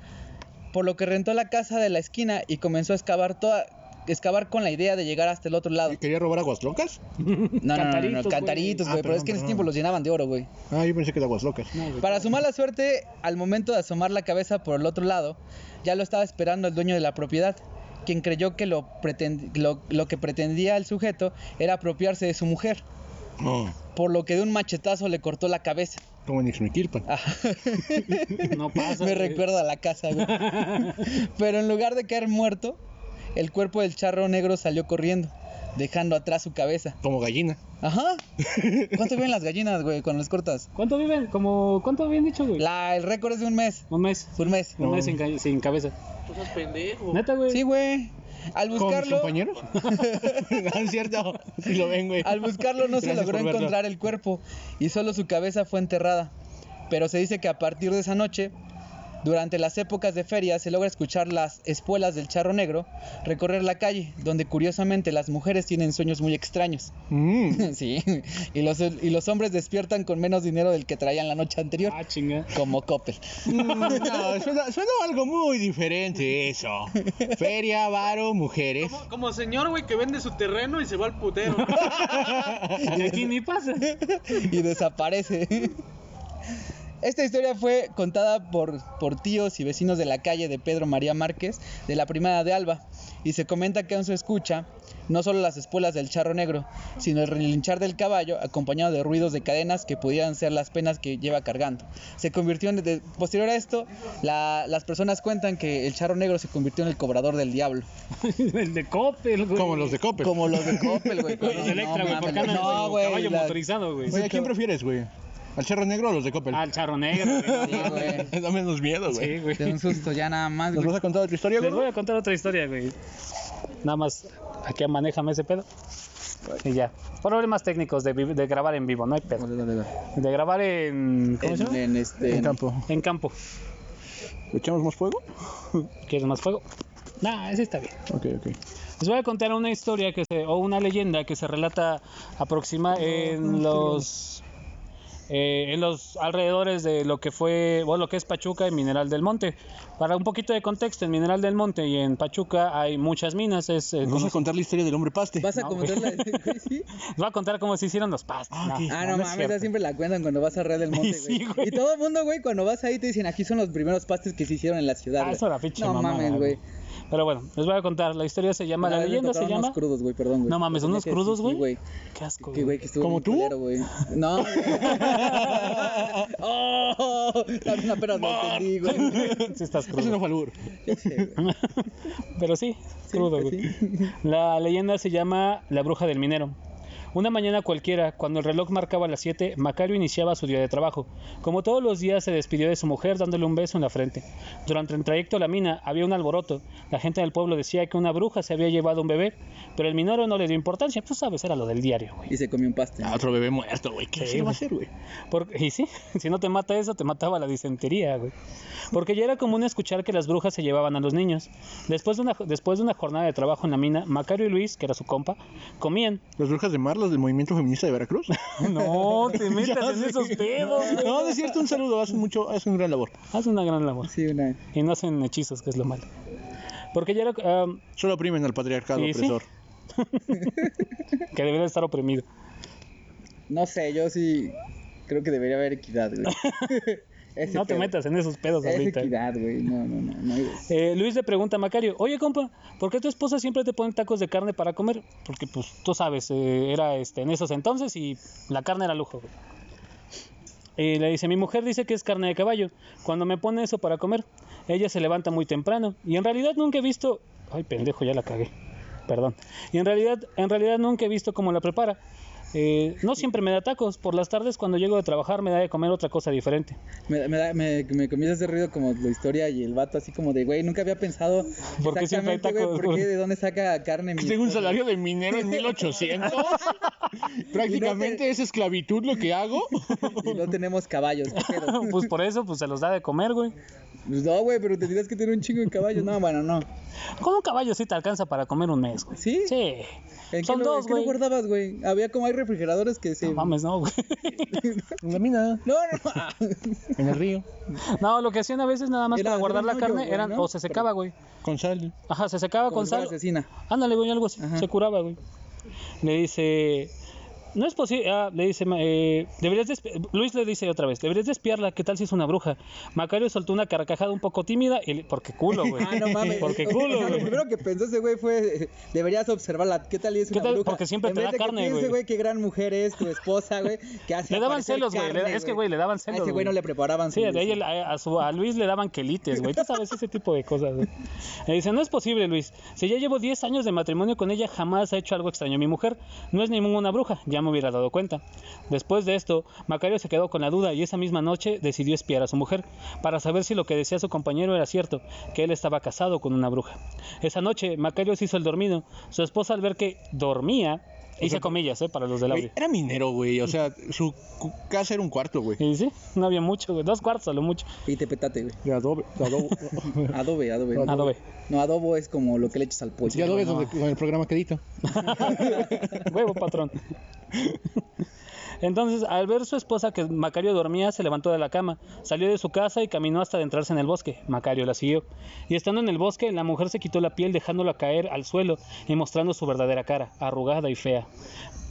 Speaker 1: por lo que rentó la casa de la esquina y comenzó a excavar toda excavar con la idea de llegar hasta el otro
Speaker 3: Ah.
Speaker 1: lado.
Speaker 7: ¿Quería robar aguas locas?
Speaker 1: No, no, no, no, no,
Speaker 3: Cantaritos, güey.
Speaker 1: cantaritos, güey,
Speaker 8: Ah,
Speaker 1: pero es
Speaker 8: perdón,
Speaker 1: que en ese
Speaker 8: perdón.
Speaker 1: tiempo los llenaban de oro, güey.
Speaker 7: Ah, yo pensé que de aguas locas.
Speaker 1: Para su mala suerte, al momento de asomar la cabeza por el otro lado, ya lo estaba esperando el dueño de la propiedad, quien creyó que lo, pretend- lo- lo que pretendía el sujeto era apropiarse de su mujer,
Speaker 7: No.
Speaker 1: por lo que de un machetazo le cortó la cabeza.
Speaker 8: Como en Ixmiquilpan.
Speaker 1: Ah,
Speaker 3: No pasa.
Speaker 1: me
Speaker 3: güey.
Speaker 1: recuerda a la casa, güey. Pero en lugar de caer muerto, el cuerpo del charro negro salió corriendo, dejando atrás su cabeza.
Speaker 7: Como gallina.
Speaker 1: Ajá. ¿Cuánto viven las gallinas, güey, cuando las cortas?
Speaker 3: ¿Cuánto viven? Como, ¿Cuánto habían dicho, güey?
Speaker 1: La, el récord es de un mes.
Speaker 3: Un mes.
Speaker 1: Un mes.
Speaker 3: Un mes sin, ca- sin cabeza.
Speaker 9: Tú sos pendejo.
Speaker 3: Neta, güey.
Speaker 1: Sí, güey. Al
Speaker 7: ¿Con mis
Speaker 1: buscarlo.
Speaker 7: compañeros? no, es cierto. Sí lo ven, güey.
Speaker 1: Al buscarlo no se
Speaker 7: Gracias
Speaker 1: logró
Speaker 7: por verlo.
Speaker 1: encontrar el cuerpo y solo su cabeza fue enterrada. Pero se dice que a partir de esa noche, durante las épocas de feria, se logra escuchar las espuelas del charro negro recorrer la calle, donde curiosamente las mujeres tienen sueños muy extraños.
Speaker 7: Mm.
Speaker 1: sí, y los, y los hombres despiertan con menos dinero del que traían la noche anterior.
Speaker 3: Ah, chinga.
Speaker 1: Como Coppel.
Speaker 7: No, suena, suena algo muy diferente eso. Feria, varo, mujeres.
Speaker 9: Como, como señor, güey, que vende su terreno y se va al putero.
Speaker 3: Y aquí ni pasa.
Speaker 1: y desaparece. Esta historia fue contada por, por tíos y vecinos de la calle de Pedro María Márquez, de la primada de Alba, y se comenta que aún se escucha no solo las espuelas del charro negro, sino el relinchar del caballo acompañado de ruidos de cadenas que pudieran ser las penas que lleva cargando. Se convirtió en, de- posterior a esto, la- las personas cuentan que el charro negro se convirtió en el cobrador del diablo.
Speaker 3: El de Coppel, güey.
Speaker 7: Como los de Coppel.
Speaker 1: Como los de Coppel, güey.
Speaker 3: Como los de Electra, güey.
Speaker 1: No,
Speaker 3: Porque
Speaker 1: mames,
Speaker 3: andan
Speaker 1: no,
Speaker 3: con
Speaker 1: güey,
Speaker 3: caballo
Speaker 1: la-
Speaker 3: motorizado, güey.
Speaker 7: Oye, ¿a quién prefieres, güey? ¿Al charro negro o los de Coppel?
Speaker 3: Ah, el charro negro, güey.
Speaker 1: Sí, güey.
Speaker 7: Da menos miedo, güey.
Speaker 3: Sí, güey.
Speaker 1: De un susto, ya nada más,
Speaker 7: ¿Nos
Speaker 1: güey.
Speaker 7: vas a contar otra historia,
Speaker 3: Les voy
Speaker 7: güey?
Speaker 3: a contar otra historia, güey. Nada más, aquí manéjame ese pedo. Y ya. Problemas técnicos de, vi- de grabar en vivo, no hay pedo. De grabar en. ¿Cómo se
Speaker 1: En,
Speaker 3: llama?
Speaker 1: en este.
Speaker 7: En campo.
Speaker 3: En campo.
Speaker 7: ¿Le echamos más fuego?
Speaker 3: ¿Quieres más fuego? Nah, ese está bien.
Speaker 7: Ok, ok.
Speaker 3: Les voy a contar una historia que se, o una leyenda que se relata aproxima en los eh, en los alrededores de lo que fue o lo que es Pachuca y Mineral del Monte. Para un poquito de contexto, en Mineral del Monte y en Pachuca hay muchas minas. Es, eh,
Speaker 7: Nos vas
Speaker 3: como-
Speaker 7: a contar la historia del hombre paste.
Speaker 1: Vas a
Speaker 3: No,
Speaker 1: comentar la. ¿Sí?
Speaker 3: les voy a contar cómo se hicieron los pastes.
Speaker 7: Ah, ok.
Speaker 1: Ah, no,
Speaker 3: es
Speaker 1: mames,
Speaker 3: cierto.
Speaker 1: esa siempre la cuentan cuando vas a Red del Monte, güey.
Speaker 3: Sí, güey.
Speaker 1: Y todo el mundo, güey, cuando vas ahí te dicen, aquí son los primeros pastes que se hicieron en la ciudad.
Speaker 3: Ah,
Speaker 1: güey".
Speaker 3: eso era pinche
Speaker 1: No
Speaker 3: mamada,
Speaker 1: mames,
Speaker 3: güey.
Speaker 1: güey.
Speaker 3: Pero bueno, les voy a contar. La historia se llama,
Speaker 1: Una
Speaker 3: la
Speaker 1: vez me
Speaker 3: leyenda se
Speaker 1: tocaron
Speaker 3: llama.
Speaker 1: unos crudos, güey, perdón, güey.
Speaker 3: No mames,
Speaker 1: Lo
Speaker 3: ¿unos
Speaker 1: tenía que
Speaker 3: crudos,
Speaker 1: decir, sí,
Speaker 3: güey?
Speaker 1: güey.
Speaker 3: Qué asco.
Speaker 1: Que,
Speaker 3: güey.
Speaker 1: güey, que estuvo
Speaker 7: ¿Como
Speaker 1: bien
Speaker 7: tú?
Speaker 1: culero, güey. No. güey. oh, también apenas lo entendí, güey.
Speaker 3: Sí estás crudo.
Speaker 7: Eso no fue albur.
Speaker 1: Ya sé, güey.
Speaker 3: Pero sí, crudo,
Speaker 1: pues
Speaker 3: güey. La leyenda se llama La Bruja del Minero. Una mañana cualquiera, cuando el reloj marcaba las 7, Macario iniciaba su día de trabajo. Como todos los días, se despidió de su mujer dándole un beso en la frente. Durante el trayecto a la mina había un alboroto. La gente del pueblo decía que una bruja se había llevado un bebé, pero el minero no le dio importancia. Tú sabes, era lo del diario, güey.
Speaker 1: Y se comió un paste.
Speaker 7: Ah, otro bebé muerto, güey. ¿Qué
Speaker 3: Sí,
Speaker 7: se va a
Speaker 3: güey.
Speaker 7: hacer, güey?
Speaker 3: Por- y sí, si no te mata eso, te mataba la disentería, güey. Porque ya era común escuchar que las brujas se llevaban a los niños. Después de una, después de una jornada de trabajo en la mina, Macario y Luis, que era su compa, comían.
Speaker 7: ¿Las brujas de Marlas del movimiento feminista de Veracruz?
Speaker 3: No, te metas en
Speaker 7: sé.
Speaker 3: esos pedos. güey.
Speaker 7: no, de cierto, un saludo. Hacen mucho, hacen gran labor.
Speaker 3: Haz una gran labor.
Speaker 1: Sí, una.
Speaker 3: Y no hacen hechizos, que es lo malo. Porque ya era... ah,
Speaker 7: Solo oprimen al patriarcado
Speaker 3: Y sí.
Speaker 7: opresor.
Speaker 3: que debería estar oprimido.
Speaker 1: No sé, yo sí creo que debería haber equidad, güey. Ese
Speaker 3: No te
Speaker 1: pedo.
Speaker 3: metas en esos pedos
Speaker 1: Es
Speaker 3: ahorita.
Speaker 1: equidad, güey. No, no, no. no hay-
Speaker 3: Eh, Luis le pregunta a Macario, oye compa, ¿por qué tu esposa siempre te pone tacos de carne para comer? Porque pues tú sabes, eh, era este, en esos entonces y la carne era lujo. güey". Eh, le dice, mi mujer dice que es carne de caballo, cuando me pone eso para comer, ella se levanta muy temprano y en realidad nunca he visto... Ay pendejo, ya la cagué, perdón. Y en realidad, en realidad nunca he visto cómo la prepara. Eh, no siempre me da tacos, por las tardes cuando llego de trabajar me da de comer otra cosa diferente.
Speaker 1: Me, me, da- me, me comienza a hacer ruido como la historia y el vato así como de, güey, nunca había pensado
Speaker 3: ¿Por qué siempre hay
Speaker 1: exactamente, güey,
Speaker 3: tacos,
Speaker 1: por qué,
Speaker 3: güey?
Speaker 1: de dónde saca carne mi
Speaker 7: Tengo un
Speaker 1: esposa?
Speaker 7: salario de minero en 1800.
Speaker 1: Y no te-
Speaker 7: Prácticamente es esclavitud lo que hago.
Speaker 1: Y no tenemos caballos, ¿qué pedo?
Speaker 3: pues por eso, pues se los da de comer, güey.
Speaker 1: Pues no, güey, pero tendrías que tener un chingo de caballos. No, bueno, no.
Speaker 3: Con un caballo sí te alcanza para comer un mes, güey.
Speaker 1: ¿Sí?
Speaker 3: Sí.
Speaker 1: ¿En
Speaker 3: Son
Speaker 1: qué lo, en
Speaker 3: dos,
Speaker 1: qué lo
Speaker 3: güey.
Speaker 1: guardabas, güey? Había como hay refrigeradores que se.
Speaker 3: No mames, no, güey.
Speaker 7: En la mina,
Speaker 1: No, no.
Speaker 7: en el río,
Speaker 3: No, lo que hacían a veces nada más
Speaker 1: Era
Speaker 3: para guardar
Speaker 1: hacer
Speaker 3: la
Speaker 1: un hoyo,
Speaker 3: carne
Speaker 1: güey,
Speaker 3: eran
Speaker 1: ¿no?
Speaker 3: o se secaba, güey.
Speaker 7: con sal.
Speaker 3: Ajá, se secaba
Speaker 1: Como
Speaker 3: con
Speaker 1: si fuera
Speaker 3: sal.
Speaker 1: asesina.
Speaker 3: Ándale, güey, algo así.
Speaker 1: Ajá.
Speaker 3: Se curaba, güey. Le dice, no es posible, ah, le dice, ma- eh, deberías de espi- Luis le dice otra vez, deberías de espiarla, ¿qué tal si es una bruja? Macario soltó una carcajada un poco tímida, y le- porque culo, güey.
Speaker 1: Ah, no mames.
Speaker 3: Porque
Speaker 1: O sea,
Speaker 3: culo,
Speaker 1: Lo
Speaker 3: güey.
Speaker 1: primero que pensó ese güey fue, eh, deberías observarla. ¿Qué tal y es
Speaker 3: ¿Qué
Speaker 1: una
Speaker 3: tal?
Speaker 1: bruja?
Speaker 3: Porque siempre
Speaker 1: En
Speaker 3: te
Speaker 1: vez
Speaker 3: da
Speaker 1: de que
Speaker 3: carne,
Speaker 1: piense,
Speaker 3: güey.
Speaker 1: güey, qué gran mujer es tu esposa, güey, que hace
Speaker 3: Le daban
Speaker 1: aparecer
Speaker 3: celos, güey. le da-
Speaker 1: carne,
Speaker 3: Es que, güey, le daban celos.
Speaker 1: A ese güey no le preparaban
Speaker 3: Sí,
Speaker 1: su-
Speaker 3: a, ella- a- a su- a Luis le daban quelites, güey. Tú sabes ese tipo de cosas, güey. Le dice, no es posible, Luis. Si ya llevo 10 años de matrimonio con ella, jamás ha hecho algo extraño a mi mujer. No es ninguna bruja, ya me hubiera dado cuenta. Después de esto, Macario se quedó con la duda y esa misma noche decidió espiar a su mujer para saber si lo que decía su compañero era cierto, que él estaba casado con una bruja. Esa noche, Macario se hizo el dormido. Su esposa al ver que dormía, hice comillas, eh, para los del audio.
Speaker 7: Güey, era minero, güey. O sea, su cu- casa era un cuarto, güey.
Speaker 3: Y sí, no había mucho, güey. Dos cuartos a lo mucho.
Speaker 1: Y te petate, güey.
Speaker 7: De adobe. De adobe.
Speaker 1: Adobe, adobe.
Speaker 3: Ah, no, güey.
Speaker 1: No, adobo es como lo que le echas al pollo.
Speaker 7: de adobe es donde- con el programa que edito.
Speaker 3: Huevo, patrón. Entonces, al ver su esposa que Macario dormía, se levantó de la cama, salió de su casa y caminó hasta adentrarse en el bosque. Macario la siguió. Y estando en el bosque, la mujer se quitó la piel dejándola caer al suelo y mostrando su verdadera cara, arrugada y fea.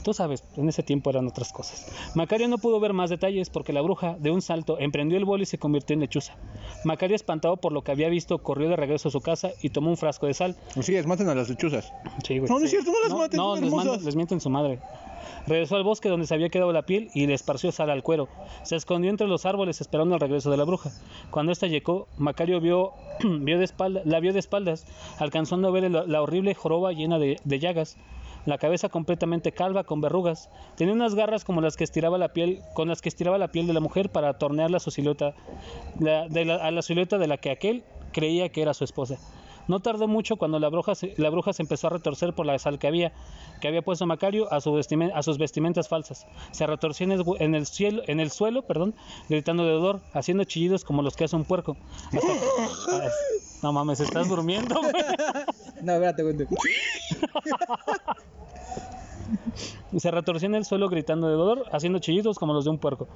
Speaker 3: Tú sabes, en ese tiempo eran otras cosas. Macario no pudo ver más detalles porque la bruja, de un salto, emprendió el bolo y se convirtió en lechuza. Macario, espantado por lo que había visto, corrió de regreso a su casa y tomó un frasco de sal.
Speaker 7: Así es, maten a las lechuzas.
Speaker 3: Sí, güey.
Speaker 7: No, no es cierto, no las
Speaker 3: No,
Speaker 7: maten,
Speaker 3: no,
Speaker 7: son
Speaker 3: les, manda-
Speaker 7: hermosas.
Speaker 3: les mienten su madre. Regresó al bosque donde se había quedado la piel y le esparció sal al cuero. Se escondió entre los árboles esperando el regreso de la bruja. Cuando ésta llegó, Macario vio, vio de espalda, la vio de espaldas, alcanzando a ver el- la horrible joroba llena de, de llagas. La cabeza completamente calva con verrugas, tenía unas garras como las que estiraba la piel, con las que estiraba la piel de la mujer para atornearla a su silueta, la- de la- a la silueta de la que aquel creía que era su esposa. No tardó mucho cuando la bruja, se, la bruja se empezó a retorcer por la sal que había, que había puesto Macario a, su vestime- a sus vestimentas falsas. Se retorció en el, gu- en el cielo, en el suelo, perdón, gritando de dolor, haciendo chillidos como los que hace un puerco. Hasta- Ay, no mames, estás durmiendo, güey.
Speaker 1: No, espérate, güey.
Speaker 3: Se retorció en el suelo gritando de dolor, haciendo chillidos como los de un puerco.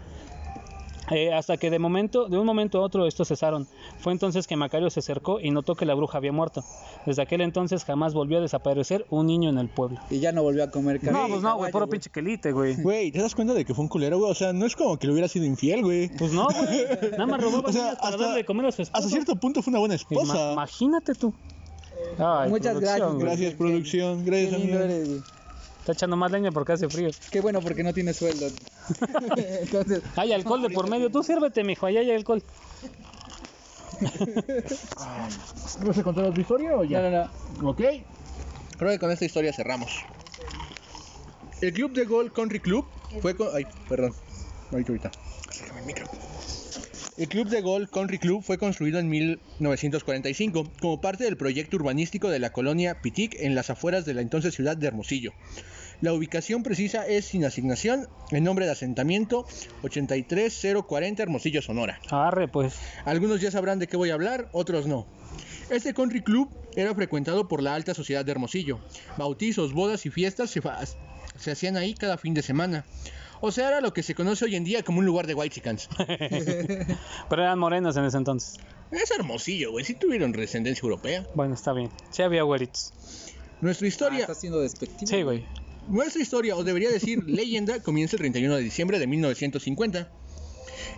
Speaker 3: Eh, hasta que de momento, de un momento a otro, estos cesaron. Fue entonces que Macario se acercó y notó que la bruja había muerto. Desde aquel entonces jamás volvió a desaparecer un niño en el pueblo.
Speaker 1: Y ya no volvió a comer carne.
Speaker 3: No, pues no, güey, puro pinche quelite, güey.
Speaker 7: Güey, ¿te das cuenta de que fue un culero, güey? O sea, no es como que le hubiera sido infiel, güey.
Speaker 3: Pues no, güey. Nada más robó
Speaker 7: O sea,
Speaker 3: varillas para
Speaker 7: hasta-
Speaker 3: darle de comer a su esposa.
Speaker 7: Hasta cierto punto fue una buena
Speaker 3: Ima-
Speaker 7: esposa.
Speaker 3: Imagínate tú. Ay,
Speaker 1: Muchas gracias,
Speaker 3: producción, güey.
Speaker 7: Gracias,
Speaker 1: Qué-
Speaker 7: producción.
Speaker 1: Qué
Speaker 7: Gracias,
Speaker 1: lindo
Speaker 7: amigo.
Speaker 1: eres, güey.
Speaker 3: Está echando más leña porque hace frío.
Speaker 1: Qué bueno porque no tiene sueldo. Entonces,
Speaker 3: Hay alcohol de por medio. Tú sírvete, mijo. Allá hay alcohol.
Speaker 7: ¿Vas a contar otra historia o Oh, ya?
Speaker 1: no, no, no.
Speaker 7: Ok. Creo que con esta historia cerramos. El club de Gold Country Club fue con... Ay, perdón. Ahorita, ahorita. Acércame el micro. El club de Gold Country Club fue construido en 1945 como parte del proyecto urbanístico de la colonia Pitic en las afueras de la entonces ciudad de Hermosillo. La ubicación precisa es sin asignación, en nombre de asentamiento 83040 Hermosillo, Sonora.
Speaker 3: Arre, pues.
Speaker 7: Algunos ya sabrán de qué voy a hablar, otros no. Este country club era frecuentado por la alta sociedad de Hermosillo. Bautizos, bodas y fiestas se, fa- se hacían ahí cada fin de semana. O sea, era lo que se conoce hoy en día como un lugar de whitexicans.
Speaker 3: Pero eran morenos en ese entonces.
Speaker 7: Es Hermosillo, güey, si tuvieron descendencia europea.
Speaker 3: Bueno, está bien. Sí había güeritos.
Speaker 7: Nuestra
Speaker 1: Ah,
Speaker 7: historia,
Speaker 1: está siendo despectivo.
Speaker 3: Sí, güey.
Speaker 7: nuestra historia, o debería decir leyenda, comienza el 31 de diciembre de 1950.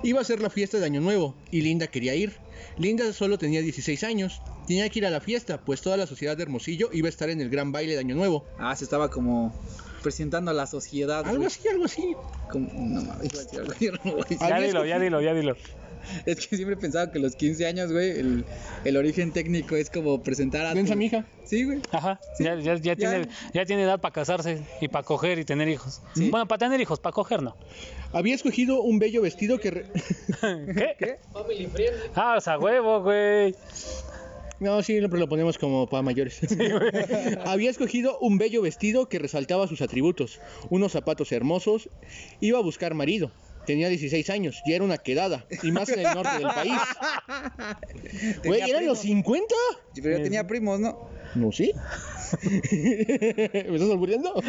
Speaker 7: Iba a ser la fiesta de Año Nuevo y Linda quería ir. Linda solo tenía 16 años. Tenía que ir a la fiesta, pues toda la sociedad de Hermosillo iba a estar en el gran baile de Año Nuevo.
Speaker 1: Ah, se estaba como presentando a la sociedad.
Speaker 7: Algo
Speaker 1: güey.
Speaker 7: así, algo así.
Speaker 1: Como- no mames, iba a decir algo, yo no voy a decir.
Speaker 3: Ya dilo, ya dilo, ya dilo.
Speaker 1: Es que siempre he pensado que los 15 años, güey, el, el origen técnico es como presentar a.
Speaker 7: Densa
Speaker 1: tu-
Speaker 7: mija.
Speaker 1: Sí, güey.
Speaker 3: Ajá. Ya, ya, ya tiene, ya tiene edad para casarse y para coger y tener hijos. Bueno, para tener hijos, para coger no.
Speaker 7: Había escogido un bello vestido que... re-
Speaker 3: ¿Qué? Ah, o sea, huevo, güey.
Speaker 7: No, sí, lo- pero lo ponemos como para mayores. Había escogido un bello vestido que resaltaba sus atributos, unos zapatos hermosos, iba a buscar marido. Tenía 16 años y era una quedada. Y más en el norte del país. Güey, ¿eran los 50?
Speaker 10: Pero yo tenía primos, ¿no?
Speaker 7: No, sí. ¿Me estás albureando?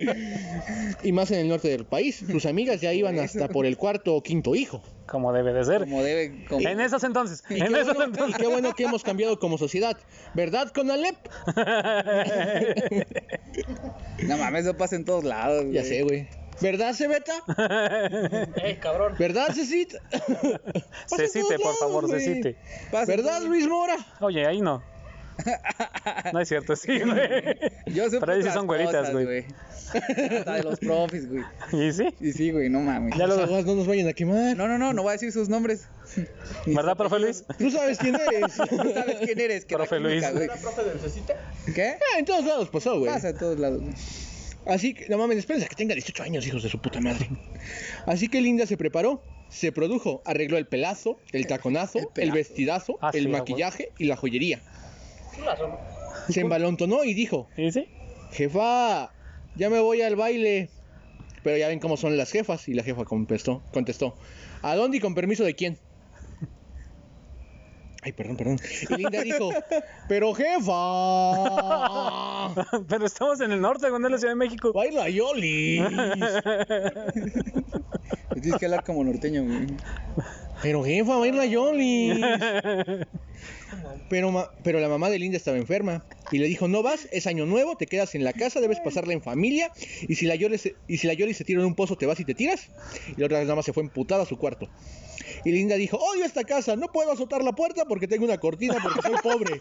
Speaker 7: y más en el norte del país. Sus amigas ya iban hasta por el cuarto o quinto hijo.
Speaker 3: Como debe de ser.
Speaker 10: Como debe. Como...
Speaker 3: En esos entonces.
Speaker 7: Y qué,
Speaker 3: En esos
Speaker 7: bueno, y
Speaker 3: entonces.
Speaker 7: qué bueno que hemos cambiado como sociedad. ¿Verdad, Conalep?
Speaker 10: No mames, eso pasa en todos lados.
Speaker 7: Ya sé, güey. ¿Verdad, Cebeta?
Speaker 9: Ey, cabrón.
Speaker 7: ¿Verdad, Cecit?
Speaker 3: Cecite, por favor, Cecite.
Speaker 7: Cecite.
Speaker 10: Pasa en
Speaker 7: ¿Verdad,
Speaker 10: todos-
Speaker 7: Luis Mora?
Speaker 3: Oye, ahí no. No es cierto, sí, güey.
Speaker 10: Yo sé
Speaker 3: Pero ahí sí
Speaker 10: otras
Speaker 3: son güeritas,
Speaker 10: cosas,
Speaker 3: güey.
Speaker 10: Hasta de los profes, güey.
Speaker 3: ¿Y sí?
Speaker 10: Y sí, güey, no mames.
Speaker 3: Ya
Speaker 7: Las
Speaker 3: lo...
Speaker 7: aguas no nos vayan a quemar.
Speaker 10: No, no, no, no voy a decir sus nombres.
Speaker 3: ¿Verdad, profe Luis?
Speaker 7: Tú sabes quién eres. Ah,
Speaker 10: Tú sabes quién eres, que la
Speaker 3: Profe Luis.
Speaker 10: química, güey.
Speaker 9: ¿Era profe del Cecita?
Speaker 10: ¿Qué?
Speaker 7: Ah, en todos lados pasó, güey.
Speaker 10: Pasa en todos lados, güey.
Speaker 7: Así que, no mames, espérense a que tenga 18 años, hijos de su puta madre. Así que Linda se preparó, se produjo, arregló el pelazo, el taconazo, el,
Speaker 10: pelazo.
Speaker 7: vestidazo,
Speaker 3: Ah, sí,
Speaker 7: el
Speaker 3: a
Speaker 7: maquillaje y la joyería. Se embalontonó y dijo,
Speaker 3: ¿Y sí?
Speaker 7: jefa, ya me voy al baile. Pero ya ven cómo son las jefas. Y la jefa contestó, contestó ¿a dónde y con permiso de quién? Ay, perdón, perdón. Y Linda dijo, pero jefa,
Speaker 3: Pero estamos en el norte, güey, no en la Ciudad de México.
Speaker 7: baila Yoli.
Speaker 10: Tienes que hablar como norteño, güey.
Speaker 7: Pero jefa, va a ir la Yoli. Pero, ma- pero la mamá de Linda estaba enferma y le dijo, no vas, es año nuevo, te quedas en la casa, debes pasarla en familia y si la Yoli se, y si la Yoli se tira en un pozo, te vas y te tiras. Y la otra vez nada más se fue emputada a su cuarto. Y Linda dijo, odio esta casa, no puedo azotar la puerta porque tengo una cortina porque soy pobre.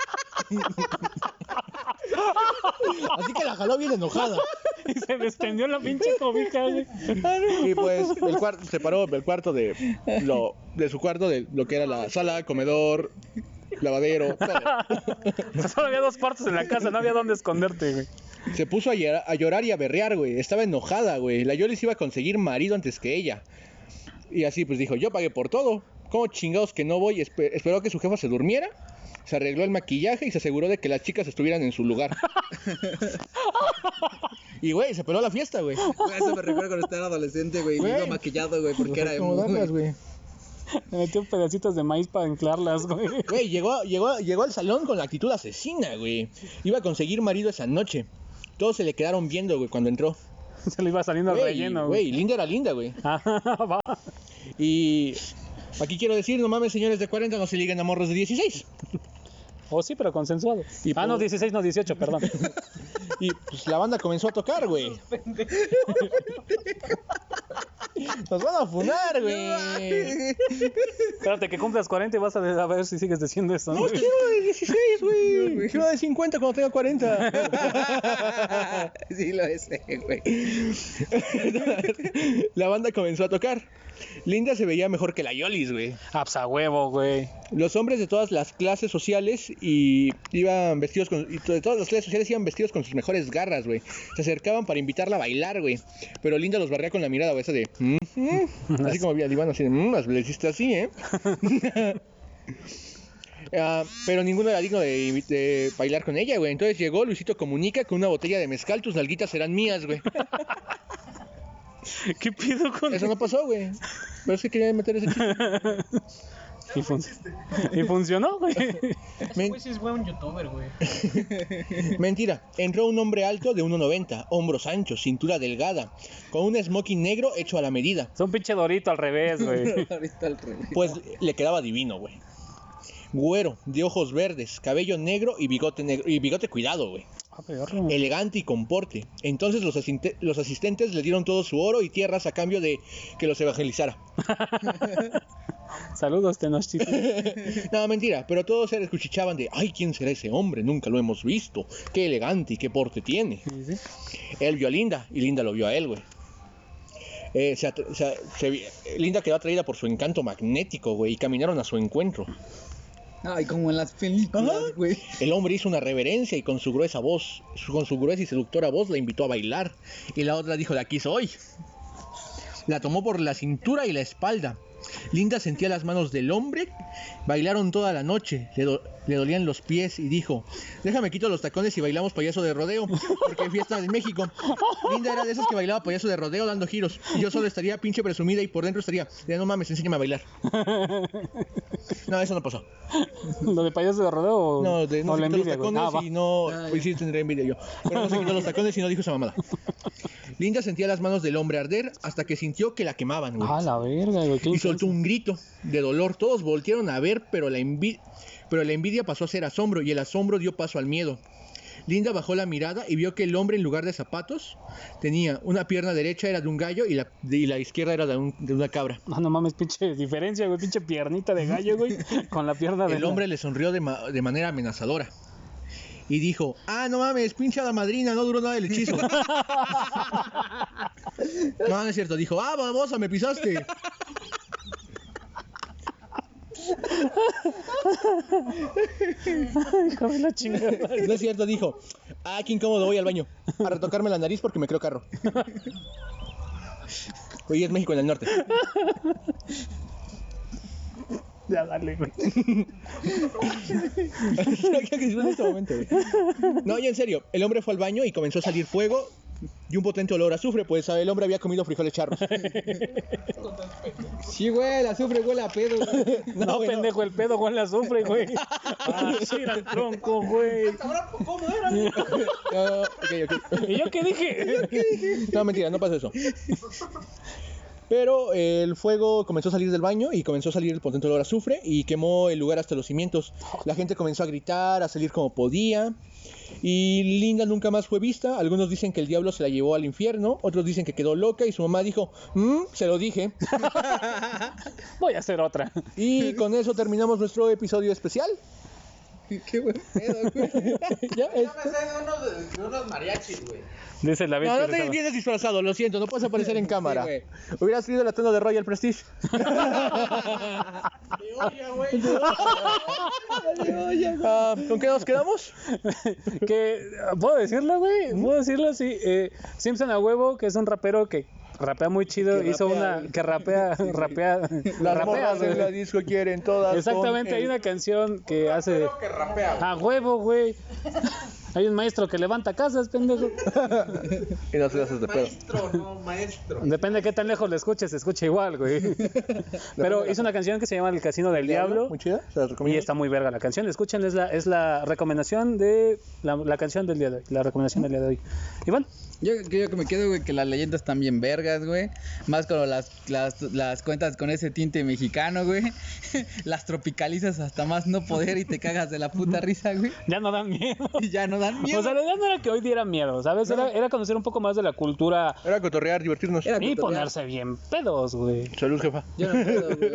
Speaker 7: Así que la jaló bien enojada.
Speaker 3: Y se desprendió la pinche cobija, güey.
Speaker 7: Y pues el cuarto separó el cuarto de lo de su cuarto de lo que era la sala, comedor, lavadero, todo.
Speaker 3: O sea, solo había dos cuartos en la casa, no había dónde esconderte, güey.
Speaker 7: Se puso a, llorar- a llorar y a berrear, güey. Estaba enojada, güey. La Yolis iba a conseguir marido antes que ella. Y así pues dijo, yo pagué por todo. ¿Cómo chingados que no voy? Espe- esperó a que su jefa se durmiera. Se arregló el maquillaje y se aseguró de que las chicas estuvieran en su lugar. y güey, se peló la fiesta, güey.
Speaker 10: Güey, Eso me recuerda cuando estaba adolescente, güey.
Speaker 7: Güey.
Speaker 10: Iba maquillado, güey, porque era emo,
Speaker 7: ¿Cómo darlas,
Speaker 10: güey.
Speaker 7: güey?
Speaker 3: Le metió pedacitos de maíz para anclarlas, güey.
Speaker 7: Güey, llegó, llegó, llegó al salón con la actitud asesina, güey. Iba a conseguir marido esa noche. Todos se le quedaron viendo, güey, cuando entró.
Speaker 3: Se le iba saliendo el
Speaker 7: Güey,
Speaker 3: relleno,
Speaker 7: güey,
Speaker 3: güey.
Speaker 7: linda era linda, güey.
Speaker 3: Ah, va.
Speaker 7: Y aquí quiero decir, no mames, señores de 40 no se liguen a morros de 16.
Speaker 3: O Oh, sí, pero consensuado.
Speaker 7: Y
Speaker 3: Ah, no,
Speaker 7: por-
Speaker 3: 16, no, 18, perdón.
Speaker 7: Y pues la banda comenzó a tocar, güey. Nos van a funar, güey.
Speaker 3: Espérate, que cumplas 40 y vas a de- a ver si sigues diciendo eso, ¿no?
Speaker 7: No quiero de 16, güey. Quiero de 50 cuando tenga 40.
Speaker 10: Sí, lo es, eh, güey.
Speaker 7: La banda comenzó a tocar. Linda se veía mejor que la Yolis, güey.
Speaker 3: Ah, pues a huevo, güey.
Speaker 7: Los hombres de todas las clases sociales y iban vestidos con y de todas las clases sociales iban vestidos con sus mejores garras, güey. Se acercaban para invitarla a bailar, güey. Pero Linda los barría con la mirada, güey, esa de "Mm, mm". así como vi al Iván así, de, "Mm, le hiciste así, ¿eh?" Ah, pero ninguno era digno de, invi- de bailar con ella, güey. Entonces llegó Luisito Comunica con una botella de mezcal, tus nalguitas serán mías, güey.
Speaker 3: ¿Qué pido con
Speaker 7: Eso no pasó, güey. Pero es que quería meter ese chiste.
Speaker 3: Y, fun- y funcionó, güey.
Speaker 7: Me-
Speaker 9: Güey, sí es güey un youtuber, güey.
Speaker 7: Mentira, entró un hombre alto de 1,90, hombros anchos, cintura delgada, con un smoking negro hecho a la medida.
Speaker 3: Es un pinche dorito al revés, güey.
Speaker 10: Ahorita al revés.
Speaker 7: Pues le quedaba divino, güey. Güero, de ojos verdes, cabello negro y bigote negro y bigote cuidado, güey.
Speaker 3: Ah, perro.
Speaker 7: Elegante y con porte. Entonces los, asinte- los asistentes le dieron todo su oro y tierras a cambio de que los evangelizara.
Speaker 3: Saludos, Tenochtitlan.
Speaker 7: No, mentira, pero todos se escuchichaban de, ay, ¿quién será ese hombre? Nunca lo hemos visto. Qué elegante y qué porte tiene.
Speaker 3: Sí, sí.
Speaker 7: Él vio a Linda y Linda lo vio a él, güey. Eh, se atra- se- se vi- Linda quedó atraída por su encanto magnético, güey, y caminaron a su encuentro.
Speaker 10: Ay, como en las películas, güey.
Speaker 7: El hombre hizo una reverencia y con su gruesa voz, su- con su gruesa y seductora voz, la invitó a bailar. Y la otra dijo, de aquí soy. La tomó por la cintura y la espalda. Linda sentía las manos del hombre. Bailaron toda la noche. Le, do- le dolían los pies y dijo: Déjame quito los tacones y bailamos payaso de rodeo. Porque hay fiesta en México. Linda era de esas que bailaba payaso de rodeo dando giros. Y yo solo estaría pinche presumida y por dentro estaría: "Ya No mames, enséñame a bailar. No, eso no pasó.
Speaker 3: ¿Lo de payaso de rodeo o,
Speaker 7: No, de, no
Speaker 3: o
Speaker 7: se
Speaker 3: la
Speaker 7: quitó los
Speaker 3: envidia, güey?
Speaker 7: tacones
Speaker 3: Ah, va.
Speaker 7: y no. Pues sí, tendría envidia yo. Pero no se quitó los tacones y no dijo esa mamada. Linda sentía las manos del hombre arder hasta que sintió que la quemaban, güey.
Speaker 3: Ah, la verga, güey. qué
Speaker 7: Y
Speaker 3: intenso.
Speaker 7: soltó un grito de dolor. Todos voltearon a ver, pero la, envi- pero la envidia pasó a ser asombro y el asombro dio paso al miedo. Linda bajó la mirada y vio que el hombre en lugar de zapatos tenía una pierna derecha era de un gallo y la, y la izquierda era de, un- de una cabra.
Speaker 3: No, no mames, pinche diferencia, güey. Pinche piernita de gallo, güey. Con la pierna de.
Speaker 7: El hombre le sonrió de, ma- de manera amenazadora. Y dijo, ah, no mames, pinche la madrina, no duró nada el hechizo. no, no es cierto. Dijo, ah, babosa, me pisaste.
Speaker 3: Hijo de la chingada.
Speaker 7: No es cierto, dijo. Ah, qué incómodo, voy al baño. A retocarme la nariz porque me creo carro. Oye, es México en el norte.
Speaker 3: Ya dale, güey.
Speaker 7: Creo que es en este momento, güey. No, y en serio, el hombre fue al baño y comenzó a salir fuego y un potente olor a azufre, pues ¿sabe? el hombre había comido frijoles charros.
Speaker 10: Sí, güey, la sufre, huele a pedo. güey.
Speaker 3: No,
Speaker 7: güey, no.
Speaker 3: pendejo, el pedo, güey, la sufre, güey. Ah, sí, al tronco, güey.
Speaker 7: No, no, no, ok, ok.
Speaker 3: ¿Y yo qué dije?
Speaker 7: No, mentira, no pasó eso. Pero eh, el fuego comenzó a salir del baño y comenzó a salir el potente olor a azufre y quemó el lugar hasta los cimientos. La gente comenzó a gritar, a salir como podía. Y Linda nunca más fue vista. Algunos dicen que el diablo se la llevó al infierno, otros dicen que quedó loca y su mamá dijo, "Mm, se lo dije.
Speaker 3: Voy a hacer otra.
Speaker 7: Y con eso terminamos nuestro episodio especial.
Speaker 10: Qué buen pedo, güey.
Speaker 7: Ya, es-
Speaker 9: me sé de unos, de unos mariachis, güey.
Speaker 3: Dice la vez
Speaker 7: No, no
Speaker 3: que le
Speaker 7: te
Speaker 3: estaba-
Speaker 7: vienes disfrazado, lo siento, no puedes aparecer en cámara.
Speaker 10: güey.
Speaker 7: Hubieras sido la tanda de Royal Prestige.
Speaker 9: Te odia, güey.
Speaker 7: Ah, ¿Con qué nos quedamos?
Speaker 3: que puedo decirlo, güey, puedo decirlo, sí. Eh, Simpson a huevo, que es un rapero que rapea muy chido,
Speaker 10: Que
Speaker 3: hizo
Speaker 10: rapea,
Speaker 3: una que rapea, rapea,
Speaker 7: Las
Speaker 3: rapea,
Speaker 7: morras de la
Speaker 3: güey.
Speaker 7: disco quieren todas.
Speaker 3: Exactamente,
Speaker 7: con
Speaker 3: hay
Speaker 7: el-
Speaker 3: una canción que hace
Speaker 9: Creo que rapea, güey.
Speaker 3: a huevo, güey. Hay un maestro que levanta casas, pendejo.
Speaker 7: Y no se las haces de pedo.
Speaker 9: Maestro, no, maestro.
Speaker 3: Depende de qué tan lejos le escuches, se escucha igual, güey. Pero hizo una canción que se llama El Casino del Diablo.
Speaker 7: Muy chida, se las recomiendo.
Speaker 3: Y está muy verga la canción. Escuchen, es la, es la recomendación de la, la canción del día de hoy. La recomendación del día de hoy. Y bueno,
Speaker 10: Yo, yo que me quedo, güey, que las leyendas están bien vergas, güey. Más cuando las, las, las cuentas con ese tinte mexicano, güey. Las tropicalizas hasta más no poder y te cagas de la puta risa, güey.
Speaker 3: ya no dan miedo.
Speaker 10: Y ya no dan miedo.
Speaker 3: O sea, la idea no era que hoy diera miedo, ¿sabes? Era, era conocer un poco más de la cultura
Speaker 7: Era cotorrear, divertirnos.
Speaker 10: Era
Speaker 3: y
Speaker 10: cotorreo.
Speaker 3: ponerse bien pedos, güey.
Speaker 7: Salud, jefa.
Speaker 10: Yo no puedo, güey.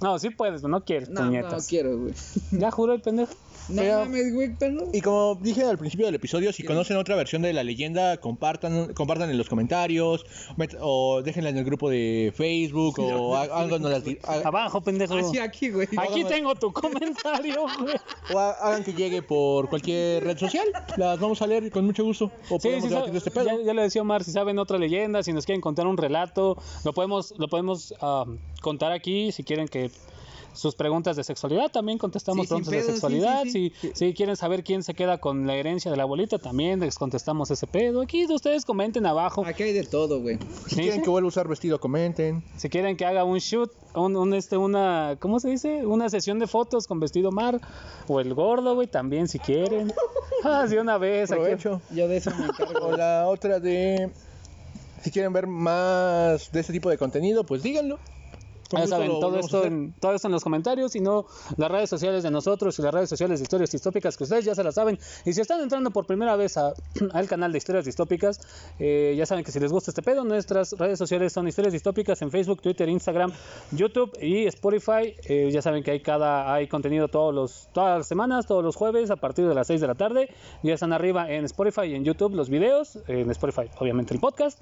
Speaker 3: No, sí puedes, no quieres,
Speaker 10: No, no
Speaker 3: puñetas.
Speaker 10: quiero, güey.
Speaker 3: Ya juro el pendejo.
Speaker 10: No
Speaker 7: Pero-
Speaker 10: mames, güey, perro.
Speaker 7: Y como dije al principio del episodio, si conocen otra versión de la leyenda, compartan, compartan en los comentarios met- o déjenla en el grupo de Facebook o ha- háganos las di- ha-
Speaker 3: Abajo, pendejo.
Speaker 10: Así aquí, güey.
Speaker 3: Aquí tengo tu comentario, güey.
Speaker 7: o ha- hagan que llegue por cualquier red social. Las vamos a leer con mucho gusto. O
Speaker 3: Sí,
Speaker 7: podemos
Speaker 3: sí,
Speaker 7: debatir
Speaker 3: sabe-
Speaker 7: de este pedo.
Speaker 3: ya, ya le decía Omar, si saben otra leyenda, si nos quieren contar un relato, lo podemos, lo podemos ah, contar aquí, si quieren que sus preguntas de sexualidad, también contestamos
Speaker 10: Sí, sin
Speaker 3: preguntas de
Speaker 10: pedo, sí,
Speaker 3: sexualidad,
Speaker 10: sí, sí.
Speaker 3: Si, si quieren saber quién se queda con la herencia de la abuelita, también les contestamos ese pedo. Aquí ustedes comenten abajo.
Speaker 10: Aquí hay de todo, güey.
Speaker 7: Si
Speaker 3: Sí,
Speaker 7: quieren
Speaker 3: sí.
Speaker 7: que vuelva a usar vestido, comenten.
Speaker 3: Si quieren que haga un shoot, un, un, este, una, ¿cómo se dice? Una sesión de fotos con vestido mar o el gordo, güey, también si quieren. Ah, sí, una vez. aquí.
Speaker 7: Aprovecho.
Speaker 10: Yo de eso me encargo.
Speaker 7: O la otra de. Si quieren ver más de este tipo de contenido, pues díganlo. Con
Speaker 3: Ya
Speaker 7: gusto
Speaker 3: saben,
Speaker 7: lo
Speaker 3: todo
Speaker 7: volvemos a
Speaker 3: esto,
Speaker 7: hacer.
Speaker 3: en, todo esto en los comentarios y no las redes sociales de nosotros y las redes sociales de historias distópicas que ustedes ya se las saben. Y si están entrando por primera vez a- al canal de historias distópicas, eh, ya saben que si les gusta este pedo, nuestras redes sociales son historias distópicas en Facebook, Twitter, Instagram, YouTube y Spotify. Eh, ya saben que hay cada hay contenido todos los, todas las semanas, todos los jueves a partir de las 6 de la tarde. Ya están arriba en Spotify y en YouTube los videos, en Spotify obviamente el podcast.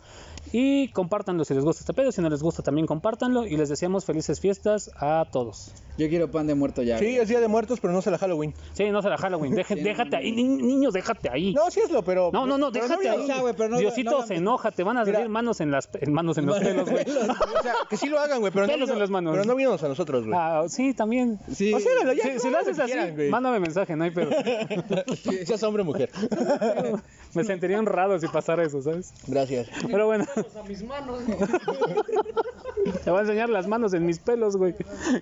Speaker 3: Y compártanlo si les gusta este pedo, si no les gusta también compártanlo. Y les deseamos deseamos felices fiestas a todos.
Speaker 10: Yo quiero pan de muerto ya.
Speaker 7: Sí, es Día de Muertos, pero no se la Halloween.
Speaker 3: Sí, no será Halloween. deje- déjate ahí, ni- niños, déjate ahí.
Speaker 7: No, sí es lo, pero.
Speaker 3: No, no, no,
Speaker 7: pero
Speaker 3: déjate
Speaker 7: había-
Speaker 3: ahí.
Speaker 10: o sea, güey, pero no-
Speaker 3: Diosito
Speaker 10: no la-
Speaker 3: se enoja, te van a
Speaker 7: Mira.
Speaker 3: salir manos en las en manos en los pelos, güey.
Speaker 7: O sea, que sí lo hagan, güey, pero no.
Speaker 3: Pelos en
Speaker 7: vino-
Speaker 3: las manos.
Speaker 7: Pero no vimos a nosotros, güey.
Speaker 3: Ah, sí, también.
Speaker 10: Sí.
Speaker 7: O sea, háganlo ya,
Speaker 3: Si, si
Speaker 7: hagan
Speaker 3: lo haces
Speaker 7: que
Speaker 3: así,
Speaker 7: quieran, güey.
Speaker 3: mándame mensaje, no hay pedo.
Speaker 7: Seas hombre o mujer.
Speaker 3: Me sentiría honrado si pasara eso, ¿sabes?
Speaker 7: Gracias.
Speaker 3: Pero bueno. Te voy a enseñar las manos en mis pelos, güey.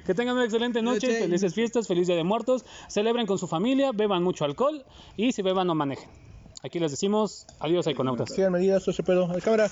Speaker 3: Que tengan una excelente noche,
Speaker 10: Noche.
Speaker 3: felices fiestas, feliz día de muertos. Celebren con su familia, beban mucho alcohol y si beban no manejen. Aquí les decimos adiós, iconautas.
Speaker 7: Sigan medidas, todo ese pedo. A la cámara.